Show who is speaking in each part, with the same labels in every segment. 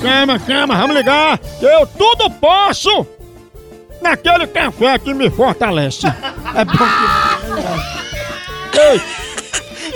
Speaker 1: chama, chama, vamos ligar. Eu tudo posso naquele café que me fortalece. É bom que... Ei,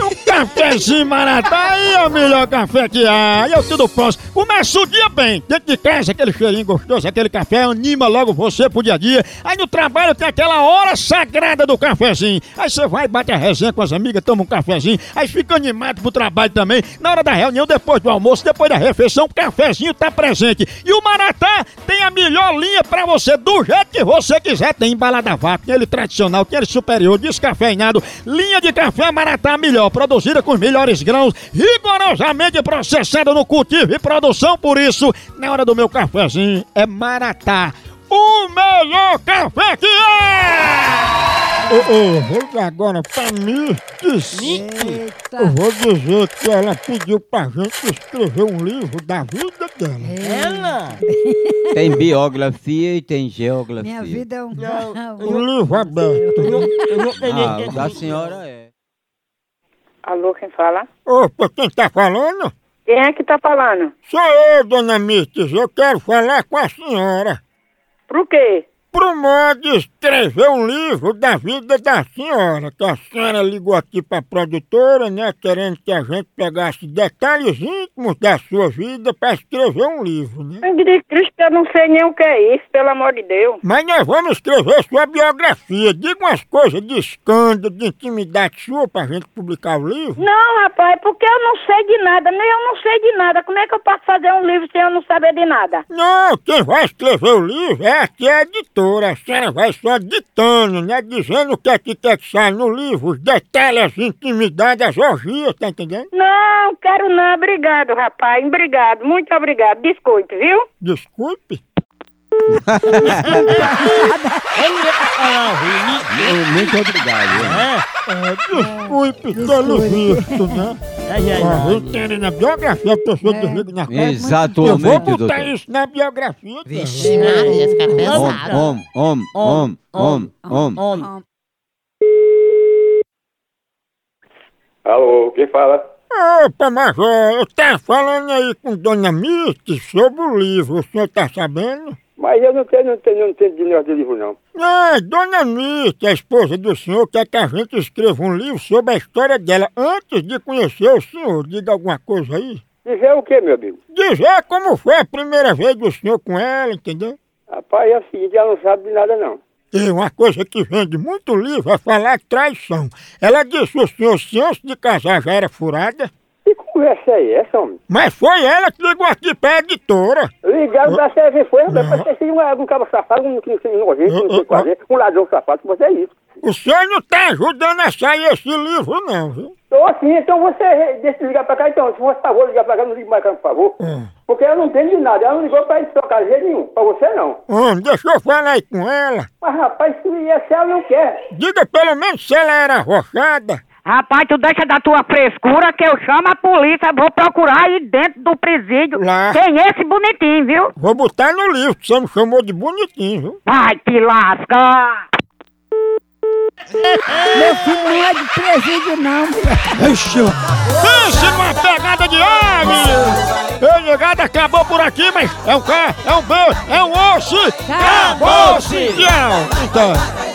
Speaker 1: um cafezinho maratá aí é o melhor café que há. Eu tudo posso. Começa o dia bem. Dentro de casa, aquele cheirinho gostoso, aquele café anima logo você pro dia a dia. Aí no trabalho tem aquela hora sagrada do cafezinho. Aí você vai, bate a resenha com as amigas, toma um cafezinho. Aí fica animado pro trabalho também. Na hora da reunião, depois do almoço, depois da refeição, o cafezinho tá presente. E o Maratá tem a melhor linha pra você, do jeito que você quiser. Tem embalada vaca, tem ele tradicional, tem ele superior, descafeinado. Linha de café Maratá melhor, produzida com os melhores grãos, rigorosamente processada no cultivo e produção. Por isso, na hora do meu cafezinho, é Maratá. O melhor café que é! Ô, ô, vou ligar agora pra mim. Eu
Speaker 2: Eita.
Speaker 1: vou dizer que ela pediu pra gente escrever um livro da vida dela.
Speaker 2: é,
Speaker 3: Ela? Tem biografia e tem geografia.
Speaker 2: Minha vida é um.
Speaker 1: Um livro aberto. é
Speaker 3: Ah, o da senhora é.
Speaker 4: Alô, quem fala?
Speaker 1: Opa, quem tá falando?
Speaker 4: Quem é que tá falando?
Speaker 1: Sou eu, dona Mites. Eu quero falar com a senhora.
Speaker 4: Pro quê?
Speaker 1: pro modo de escrever um livro da vida da senhora, que a senhora ligou aqui pra produtora, né, querendo que a gente pegasse detalhes íntimos da sua vida pra escrever um livro, né?
Speaker 4: Eu de Cristo, eu não sei nem o que é isso, pelo amor de Deus.
Speaker 1: Mas nós vamos escrever sua biografia. Diga umas coisas de escândalo, de intimidade sua pra gente publicar o livro.
Speaker 4: Não, rapaz, porque eu não sei de nada, nem eu não sei de nada. Como é que eu posso fazer um livro sem eu não saber de nada?
Speaker 1: Não, quem vai escrever o livro é aqui a editora. A senhora vai só ditando, né? Dizendo o que é que quer que saia no livro, os detalhes, as intimidades, as orgias, tá entendendo?
Speaker 4: Não, quero não, obrigado, rapaz, obrigado, muito obrigado. Desculpe, viu?
Speaker 1: Desculpe.
Speaker 3: Muito obrigado.
Speaker 1: É, desculpe pelo visto, né? A gente tem na biografia, a pessoa
Speaker 2: É.
Speaker 1: desliga na cara. Eu
Speaker 3: hein?
Speaker 1: vou
Speaker 3: Exatamente,
Speaker 1: botar
Speaker 3: doutor.
Speaker 1: isso na biografia. dela.
Speaker 5: Vixe, Maria, fica pesado.
Speaker 3: Om, om, om, om, om, om.
Speaker 6: Alô, quem fala?
Speaker 1: Opa, Major, eu tava falando aí com Dona Mirti sobre o livro, o senhor tá sabendo?
Speaker 6: Mas eu não tenho, não tenho, não tenho dinheiro de livro, não.
Speaker 1: Não, Ah, Dona Mirti, a esposa do senhor, quer que a gente escreva um livro sobre a história dela antes de conhecer o senhor. Diga alguma coisa aí.
Speaker 6: Dizer o quê, meu amigo?
Speaker 1: Dizer como foi a primeira vez do senhor com ela, entendeu?
Speaker 6: Rapaz, é o seguinte, ela não sabe de nada, não.
Speaker 1: Tem uma coisa que vende muito livro é falar traição. Ela disse o senhor se antes de casar já era furada,
Speaker 6: Que conversa é essa, homem?
Speaker 1: mas foi ela que ligou aqui pra editora.
Speaker 6: Ligaram pra servir foi, rapaz,
Speaker 1: Não.
Speaker 6: pra ser um, um cabo safado, um que não sei nojento, não sei o que
Speaker 1: Não,
Speaker 6: fazer, um ladrão safado, mas é isso.
Speaker 1: O senhor não tá ajudando a sair esse livro, não, viu?
Speaker 6: Então, assim, então você deixa de ligar pra cá, então, se você favor, ligar pra cá, não ligue mais cá, por favor.
Speaker 1: Hum.
Speaker 6: Porque ela não entende de nada, ela não ligou pra isso, pra jeito nenhum, pra você não.
Speaker 1: Hum, deixa eu falar aí com ela.
Speaker 6: Mas, rapaz, se essa ela não quer.
Speaker 1: Diga pelo menos se ela era arrochada.
Speaker 4: Rapaz, tu deixa da tua frescura que eu chamo a polícia, vou procurar aí dentro do presídio.
Speaker 1: Lá.
Speaker 4: Tem esse bonitinho, viu?
Speaker 1: Vou botar no livro, que você me chamou de bonitinho, viu?
Speaker 4: Vai te lascar!
Speaker 2: Meu filho não é de presídio, não.
Speaker 1: Pense numa pegada de ave! Ei, negada, acabou por aqui, mas é um K, é um B, é um osso!
Speaker 2: Acabou-se!
Speaker 1: Tchau! Então...